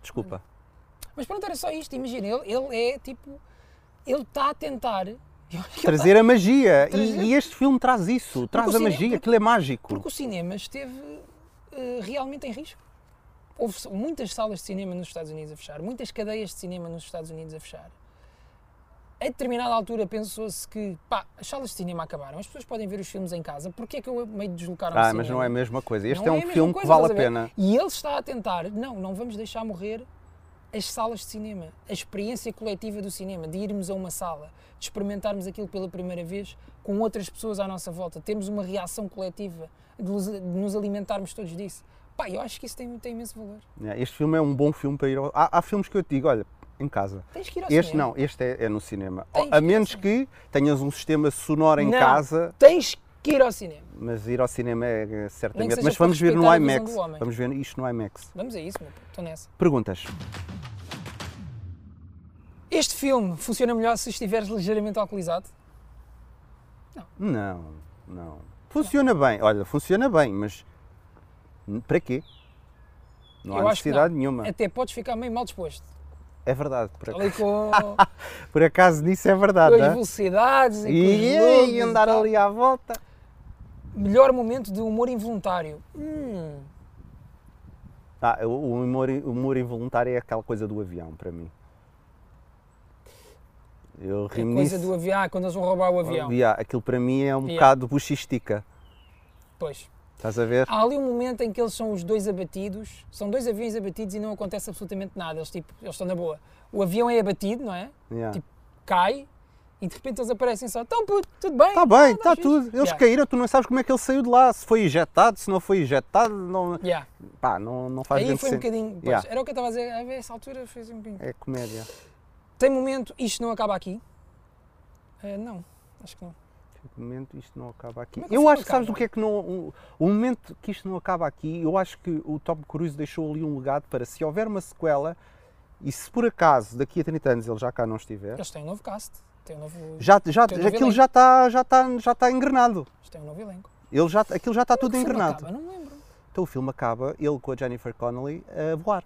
desculpa. Mas pronto, era só isto. Imagina, ele, ele é tipo. Ele está a tentar. Trazer a magia. Hum. Trazer- E, e este filme traz isso, traz o a cinema- magia, porque- aquilo é mágico. Porque o cinema esteve eh, realmente em risco. Houve s- muitas salas de cinema nos Estados Unidos a fechar, muitas cadeias de cinema nos Estados Unidos a fechar. A determinada altura pensou-se que pá, as salas de cinema acabaram, as pessoas podem ver os filmes em casa, porque é que eu meio de deslocar ah, mas não é a mesma coisa. Este é um mesma filme que coisa, vale a estás ver? pena. E ele está a tentar, não, não vamos deixar morrer as salas de cinema, a experiência coletiva do cinema, de irmos a uma sala, de experimentarmos aquilo pela primeira vez com outras pessoas à nossa volta, termos uma reação coletiva, de nos, de nos alimentarmos todos disso. Pá, eu acho que isso tem, tem imenso valor. Yeah, Este filme é um bom filme para ir ao... há, há filmes que eu te digo, olha, em casa. Tens que ir ao Este cinema. não, este é, é no cinema. Tens que ir a ao menos que tenhas um sistema sonoro em Não. casa, Tens que ir ao cinema. mas ir ao cinema é é, certamente. seja Mas para vamos ver no respeitar a visão IMAX. do homem. Vamos ver isto no IMAX. Vamos a isso, meu puto, estou nessa. Perguntas. Este filme funciona melhor se estiveres ligeiramente alcoolizado? Não, não. Funciona bem, olha, funciona bem, mas n- para quê? Não Eu há acho que necessidade não. É- nenhuma. Até podes ficar meio mal disposto. É verdade, por, Ali acaso, com, por acaso nisso é com verdade. as hã? velocidades e, E, com os e looks andar tal. ali à volta. Melhor momento de humor involuntário. Hum, Ah, o- o humor, o humor involuntário é aquela coisa do avião, para mim. Eu a rimo coisa nisso. do avião, ah, quando eles vão roubar o avião. Yeah, aquilo para mim é um Yeah. bocado buchística. Pois. Estás a ver? Há ali um momento em que eles são os dois abatidos, são dois aviões abatidos e não acontece absolutamente nada. Eles, tipo, eles estão na boa. O avião é abatido, não é? Yeah. Tipo, cai e de repente eles aparecem só. Então, puto, tudo bem? Está Tá bem, Ah, está fixe." tudo. Eles Yeah. caíram, tu não sabes como é que ele saiu de lá, se foi injetado, se não foi injetado, não, Yeah. pá, não, não faz Aí grande foi um sentido. bocadinho. pois, Yeah. Era o que eu estava a dizer. A essa altura fez um bocadinho. É comédia. Tem momento, isto não acaba aqui? Ah, não, acho que não. De momento isto não acaba aqui. Como é que o Eu filme acho que sabes acaba? o que é que não. O, o momento que isto não acaba aqui, eu acho que o Tom Cruise deixou ali um legado para se houver uma sequela e se por acaso daqui a 30 anos ele já cá não estiver, Eles têm um novo cast. Tem um novo. Já, já, tem um novo aquilo elenco. já está já tá, já tá engrenado. Isto é um novo elenco. Ele já, aquilo já está tudo é Que filme engrenado. acaba? Não me lembro. Então o filme acaba, ele com a Jennifer Connelly a voar.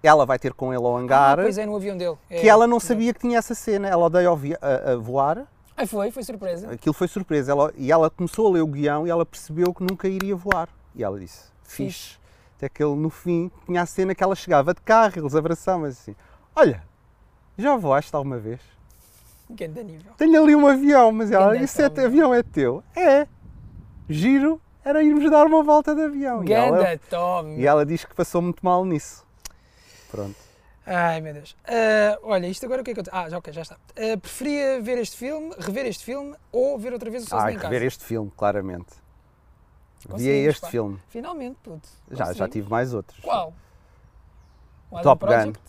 Ela vai ter com ele ao Ah, hangar, pois é, no avião dele. É, que ela não exato. sabia que tinha essa cena. Ela odeia ao vi- a, a voar, Ah, foi, foi surpresa. aquilo foi surpresa. Ela- e ela começou a ler o guião e ela percebeu que nunca iria voar. E ela disse, fixe. Até que ele, no fim, tinha a cena que ela chegava de carro, eles abraçavam assim. Olha, já voaste alguma vez? Grande nível. Tenho ali um avião, mas ela, Ainda isso é, tá te- bem. avião é teu. É. Giro era irmos dar uma volta de avião. E ela Ganda Tom. E ela diz que passou muito mal nisso. Pronto. Ai meu Deus. Ah, olha, isto agora o que é que eu. te- Ah, já, ok, já está. Ah, preferia ver este filme, rever este filme ou ver outra vez o Sozinho Ah, Há em que Casa? ver este filme, claramente. Vi Conseguimos, este pá. filme. Finalmente, puto. Já, já Consegui. tive mais outros. Qual? O Adam Top Gun. Project?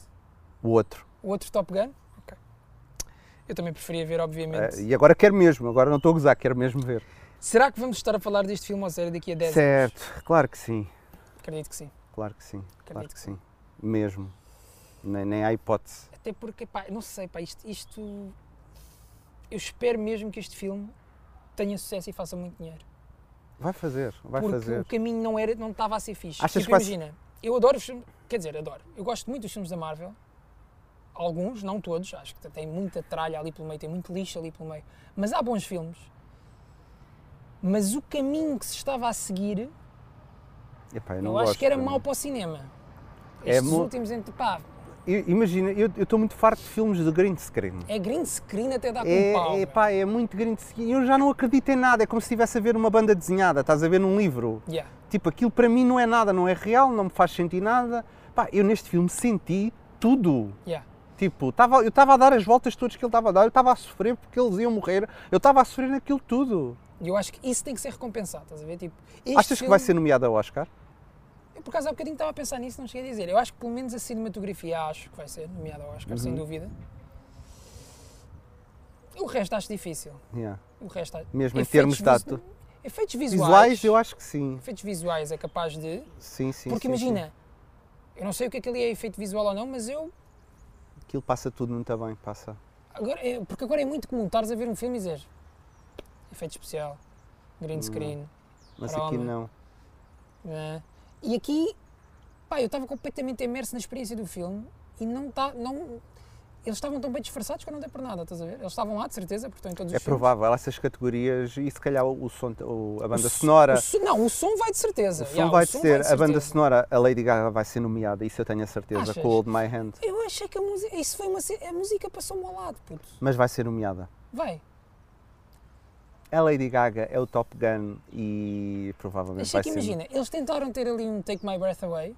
O outro. O outro Top Gun? Ok. Eu também preferia ver, obviamente. Eh, e agora quero mesmo, agora não estou a gozar, quero mesmo ver. Será que vamos estar a falar deste filme ou série daqui a 10 anos? Certo, claro que sim. Acredito que sim. Claro que sim. Claro que Acredito que sim. Mesmo. Nem, nem há hipótese. Até porque, pá, não sei, pá, isto, isto. Eu espero mesmo que este filme tenha sucesso e faça muito dinheiro. Vai fazer, vai porque o fazer. caminho não era, não estava a ser fixe. Achas Tipo, que vai ser- imagina, eu adoro os filmes, quer dizer, adoro. Eu gosto muito dos filmes da Marvel. Alguns, não todos, acho que tem muita tralha ali pelo meio, tem muito lixo ali pelo meio. Mas há bons filmes. Mas o caminho que se estava a seguir, Epá, eu, não acho gosto, que era eu não- mau para o cinema. É Estes mu- últimos, entre, pá, I- Imagina, eu eu estou muito farto de filmes de green screen. é green screen até dar com É, pau. é, meu. pá, é muito grande. Eu já não acredito em nada. É como se estivesse a ver uma banda desenhada, estás a ver num livro. Yeah. Tipo, aquilo para mim não é nada, não é real, não me faz sentir nada. Pá, eu neste filme senti tudo. Yeah. Tipo, tava, eu estava a dar as voltas todas que ele estava a dar, eu estava a sofrer porque eles iam morrer, eu estava a sofrer naquilo tudo. E eu acho que isso tem que ser recompensado, estás a ver? Tipo, este Achas que vai filme- ser nomeado ao Oscar? Eu por acaso há bocadinho estava a pensar nisso, não cheguei a dizer. Eu acho que pelo menos a cinematografia acho que vai ser nomeada ao Oscar, Uhum. sem dúvida. O resto acho difícil. Yeah. O resto acho- Mesmo em termos efeitos de visu- ato- Efeitos visuais. Visuais, eu acho que sim. Efeitos visuais é capaz de. Sim, sim. porque sim, sim. imagina, eu não sei o que é que ali é efeito visual ou não, mas eu. Aquilo passa tudo muito bem, passa. Agora, é- porque agora é muito comum estares a ver um filme e dizer efeito especial, Hum. green screen. Mas Para aqui homem. não. né? E aqui, pá, eu estava completamente imerso na experiência do filme e não está. Não, eles estavam tão bem disfarçados que eu não dei por nada, estás a ver? Eles estavam lá, de certeza, porque estão em todos os É filmes. provável, essas categorias e se calhar o som, o- a banda O sonora. O som- não, o som vai de certeza. O som Yeah, vai som ser, de a banda certeza. sonora, a Lady Gaga vai ser nomeada, isso eu tenho a certeza, Achas? com Hold My Hand. Eu achei que a música. Isso foi uma. ce- A música passou-me ao lado, puto. Mas vai ser nomeada. Vai. A Lady Gaga é o Top Gun e provavelmente vai Achei é que, ser. imagina, eles tentaram ter ali um Take My Breath Away.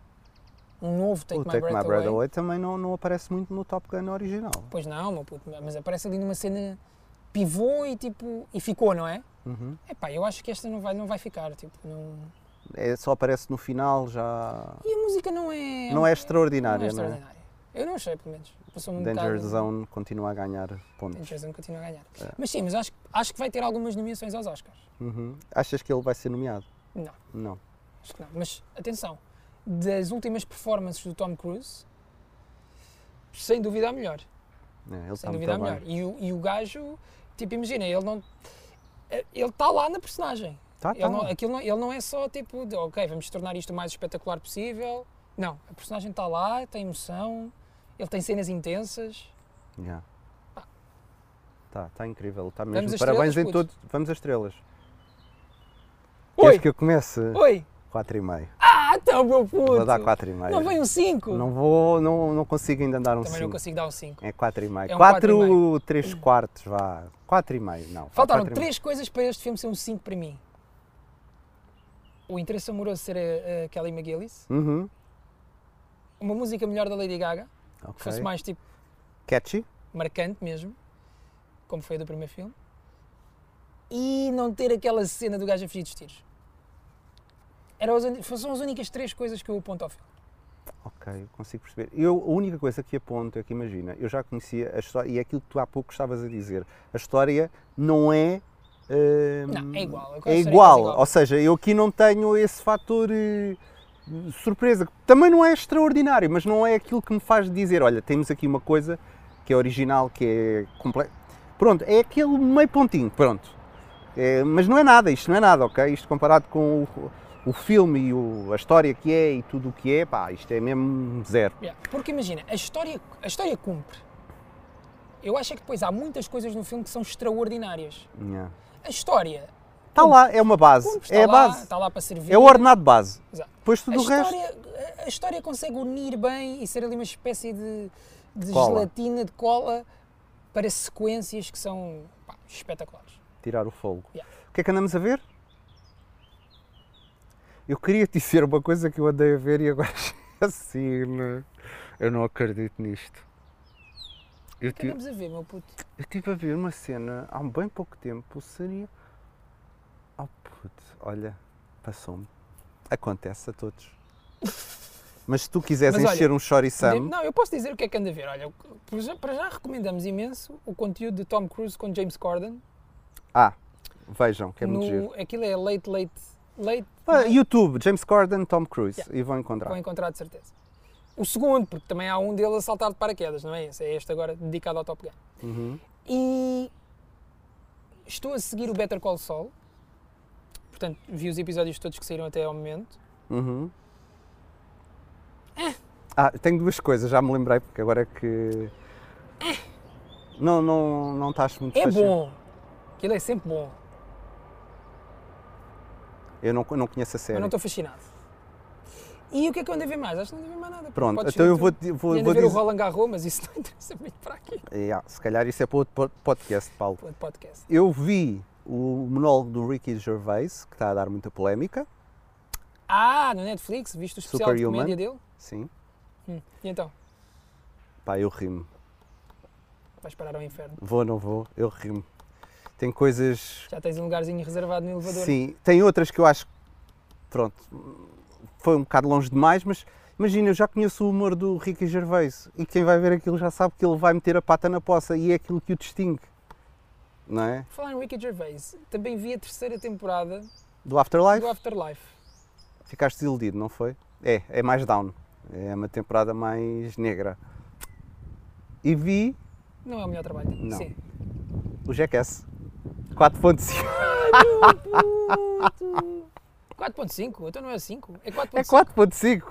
Um novo Take, o My, Take Breath My Breath Away. Away também não, não aparece muito no Top Gun original. Pois não, meu puto, mas aparece ali numa cena pivô e tipo. E ficou, não é? Uhum. Epá, eu acho que esta não vai, não vai ficar, tipo, não... É, só aparece no final, já. E a música não é... Não é não é extraordinária, não é? extraordinária. Eu não achei, pelo menos. Passou-me um Danger bocado... Zone É. continua a ganhar pontos. Danger Zone continua a ganhar. Mas sim, mas acho, acho que vai ter algumas nomeações aos Oscars. Uhum. Achas que ele vai ser nomeado? Não, Não. acho que não. Mas, atenção, das últimas performances do Tom Cruise, sem dúvida a melhor. É, ele sem está muito dúvida a melhor. bem. E o, e o gajo, tipo, imagina, ele não... eh, Ele está lá na personagem. Tá, Ele tá. não, aquilo não, ele não é só tipo, de, ok, vamos tornar isto o mais espetacular possível. Não, a personagem está lá, tem emoção, ele tem cenas intensas. Yeah. Tá, tá incrível, tá Ah. Vamos mesmo. às Parabéns em estrelas, todos. Vamos às estrelas. Oi! Queres que eu comece? Oi! 4 e meio. Ah, então, meu puto! Vou dar 4 e meio. Não vem um 5? Não vou, não, não consigo ainda andar um Também não 5. consigo dar um 5. É 4 e meio. É um 4, 3 quartos, vá. 4 e meio, não. vá, Faltaram quatro e meio. três coisas para este filme ser um 5 para mim. O interesse amoroso ser a, a Kelly McGillis, Uhum, uma música melhor da Lady Gaga, que fosse ok. mais tipo Catchy? marcante mesmo, como foi a do primeiro filme, e não ter aquela cena do gajo a fugir dos tiros. Eram as uni- são as únicas três coisas que eu aponto ao filme. Ok, eu consigo perceber. Eu, a única coisa que aponto é que, imagina, eu já conhecia a história, e é aquilo que tu há pouco estavas a dizer. A história não é. hum, Não, é igual, eu É considero igual, quase igual. ou seja, eu aqui não tenho esse fator eh, surpresa, que também não é extraordinário, mas não é aquilo que me faz dizer, olha, temos aqui uma coisa que é original, que é completo. Pronto, é aquele meio pontinho, pronto. É, mas não é nada, isto não é nada, ok? Isto comparado com o, o filme e o- a história que é e tudo o que é, pá, isto é mesmo zero. Yeah, Porque imagina, a história, a história cumpre. Eu acho é que depois há muitas coisas no filme que são extraordinárias. Yeah. A história Está lá, é uma base, cumpre, está é a lá, base, está lá para servir. é o ordenado base. Exato. Depois A tudo o resto. história, a- a história consegue unir bem e ser ali uma espécie de, de Cola. gelatina, de cola, para sequências que são pá, espetaculares. tirar o fogo. Yeah. O que é que andamos a ver? Eu queria te dizer uma coisa que eu andei a ver e agora assim, né? eu não acredito nisto. Eu O que tive, andamos a ver, meu puto? eu tive a ver uma cena há bem pouco tempo, seria. Oh puto, olha, passou-me. Acontece a todos. Mas se tu quiseres Mas olha, encher um choriçam, Não, eu posso dizer o que é que anda a ver. Olha, para já, para já recomendamos imenso o conteúdo de Tom Cruise com James Corden. ah, vejam, que é muito giro. no, aquilo é Late Late Late, Ah, YouTube, James Corden, Tom Cruise, e vão encontrar. vão encontrar de certeza. O segundo, porque também há um dele a saltar de paraquedas, não é esse? É este agora dedicado ao Top Gun. Uhum. E estou a seguir o Better Call Saul. Portanto, vi os episódios todos que saíram até ao momento. Uhum. É. Ah, tenho duas coisas, já me lembrei, porque agora é que. Não, não, não estás muito É fascinado. bom. Aquilo é sempre bom. Eu não, não conheço a Mas não série. estou fascinado. E o que é que eu ando a ver mais? Acho que não ando a ver mais nada. Pronto, Podes então ver eu tu. vou, di- vou, E ando vou a ver o dizer. Roland Garros, mas isso não interessa muito para aqui. Yeah, se calhar isso é para outro pod- podcast, Paulo. Outro podcast. Eu vi o monólogo do Ricky Gervais, que está a dar muita polémica. Ah, no Netflix, viste o especial de Superhuman. comédia dele? Sim. Hum. E então? Pá, eu rimo. Vais parar ao inferno. Vou ou não vou? Eu rimo. Tem coisas Já tens um lugarzinho reservado no elevador. Sim, tem outras que eu acho que, pronto, foi um bocado longe demais, mas imagina, eu já conheço o humor do Ricky Gervais e quem vai ver aquilo já sabe que ele vai meter a pata na poça e é aquilo que o distingue, não é? Falar em Ricky Gervais, também vi a terceira temporada Do Afterlife, do Afterlife. ficaste desiludido, não foi? É, é mais down, é uma temporada mais negra. E vi Não é o melhor trabalho dele. Não. Sim. o Jackass 4.5, 4.5? Então não é 5? É 4.5. é 4.5.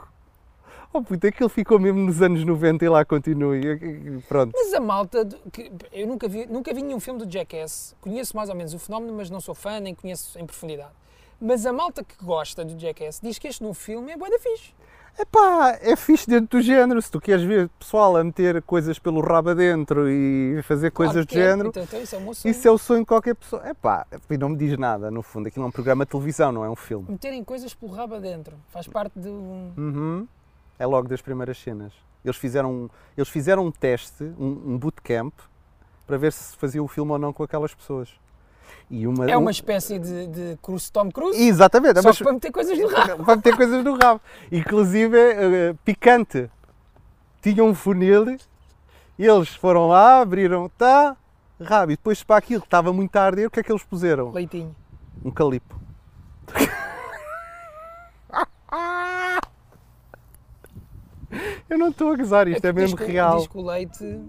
Oh puta, aquilo ficou mesmo nos anos 90 e lá continua. e- e- Pronto. Mas a malta, do- que, eu nunca vi, nunca vi nenhum filme do Jackass, conheço mais ou menos o fenómeno, mas não sou fã, nem conheço em profundidade. Mas a malta que gosta do Jackass diz que este novo filme é bué da fixe. Epá, é fixe dentro do género. Se tu queres ver pessoal a meter coisas pelo rabo adentro e fazer coisas Claro do que é, género, Então, então isso é o moço. isso é o sonho de qualquer pessoa. Epá, e não me diz nada, no fundo. Aquilo é um programa de televisão, não é um filme. Meterem coisas pelo rabo adentro. Faz parte de um... Uhum. É logo das primeiras cenas. Eles fizeram, um- eles fizeram um teste, um, um bootcamp, para ver se fazia o filme ou não com aquelas pessoas. E uma, É um- uma espécie de, de Cruise Tom Cruise, Exatamente, é só uma- que para meter coisas no rabo. para meter coisas no rabo. Inclusive, eh, picante. Tinha um funil, eles foram lá, abriram, tá, rabo. E depois, para aquilo que estava muito a arder, o que é que eles puseram? Leitinho. Um calipo. Eu não estou a gozar, isto é porque diz mesmo que o- real. Diz que o leite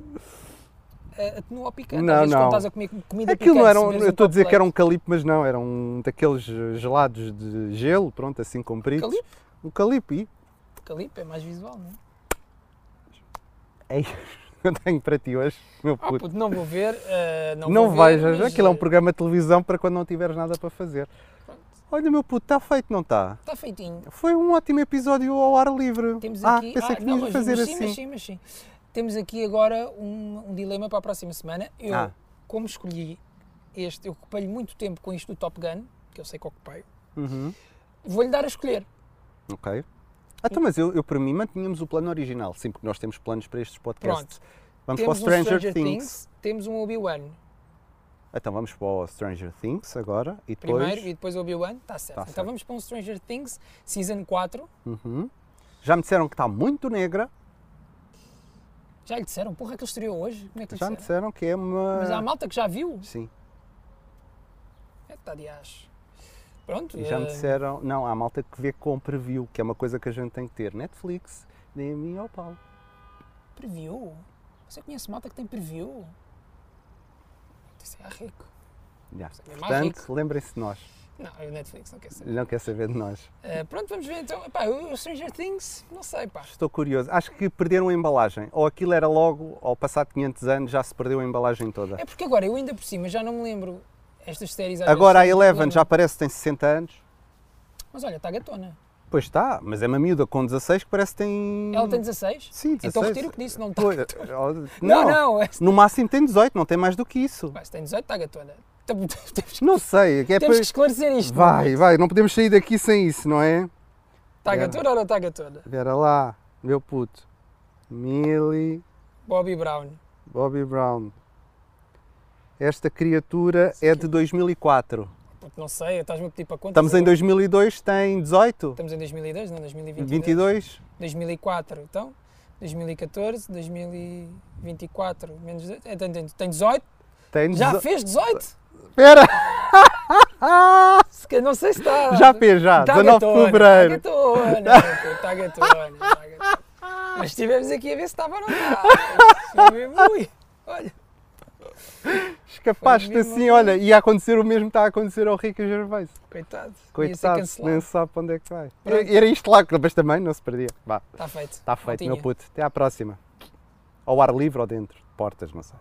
eh, atenua ao picante. Não, Às vezes, não. Quando estás a comer comida Aquilo picante, não era, se um, bebes eu um estou a copo dizer de que era leite- um calipo, mas não, era um daqueles gelados de gelo, pronto, assim compridos. Calipo? Um calipo, e um- Calipo, é mais visual, não é? É isso que eu tenho para ti hoje, meu Ah, puto. puto, não vou ver. eh, não não vou ver, vejas, mas, aquilo é um eh, programa de televisão para quando não tiveres nada para fazer. Olha, meu puto, está feito, não está? Está tá feitinho. Foi um ótimo episódio ao ar livre. Temos ah, aqui. pensei ah, que não, vinhas mas- fazer mas sim, assim. Mas sim, mas sim. Temos aqui agora um, um dilema para a próxima semana. Eu, Ah. como escolhi este, eu ocupei muito tempo com isto do Top Gun, que eu sei que ocupei, Uhum, vou-lhe dar a escolher. Ok. Ah, então, mas eu, eu, para mim, mantínhamos o plano original, sim, porque nós temos planos para estes podcasts. Vamos temos para o um Stranger, Things. temos um Obi-Wan Então, vamos para o Stranger Things agora e depois. primeiro e depois o Obi-Wan, está certo. Tá então certo. vamos para um Stranger Things Season 4. Uhum. Já me disseram que está muito negra, Já lhe disseram, porra, que ele estreou hoje? Como é que lhe já me disseram? disseram que é uma. Mas há malta que já viu? Sim. É, tá de acho. Pronto. E já me eh, disseram, não, há malta que vê com preview, que é uma coisa que a gente tem que ter. Netflix, nem a mim ao Paulo. Preview? Mas eu conheço malta que tem preview. Isso é rico. Já. Isso é mais Portanto, rico. lembrem-se de nós. Não, é o Netflix, não quer saber. Não quer saber de nós. Eh, pronto, vamos ver então. Epá, o o Stranger Things, não sei, pá. Estou curioso. Acho que perderam a embalagem. Ou aquilo era logo, ou passado 500 anos já se perdeu a embalagem toda. É porque agora eu ainda por cima já não me lembro estas séries. às Agora a vezes, não me Eleven lembro. já parece que tem 60 anos. Mas olha, está gatona. Pois está, mas é uma miúda com 16 que parece que tem. Ela tem 16? Sim, 16. Então retiro o que disse, não está. Hum. Pois, gatona. ó, Não, não. não. é- No máximo tem 18, não tem mais do que isso. Pá, se tem 18, está gatona. Tem- Temos, Não sei. é que É temos que para... esclarecer isto. Vai, vai, não podemos sair daqui sem isso, não é? Está Tá gatona ou não está gatona? Vera lá, meu puto. Millie Bobby Brown. Bobby Brown. Esta criatura é de 2004. Porque não sei, estás-me a pedir para conta. Estamos em 2002, tem 18, Estamos em 2002, não 2022. 22. 2004, então. 2014, 2024, menos 18. É, tem- tem- Tem 18? Tem Já 18. fez 18? Espera! Se calhar- Não sei se está. Já fez já, Tá 19 de gatona, fevereiro. Tá gatona, está gatona, tá gatona. Mas estivemos aqui a ver se estava ou não estava. Estivemos- Ui, olha. Escapaste Foi mesmo assim, ali. olha, ia acontecer o mesmo que está a acontecer ao Rica Gervais. Coitado. Ia ser Coitado, nem cancelado. sabe para onde é que vai. Pronto. Era isto lá, mas também não se perdia. Vá, Está Tá feito. está feito, Maltinha. meu puto. Até à próxima. Ao ar livre ou dentro, de portas, não sei.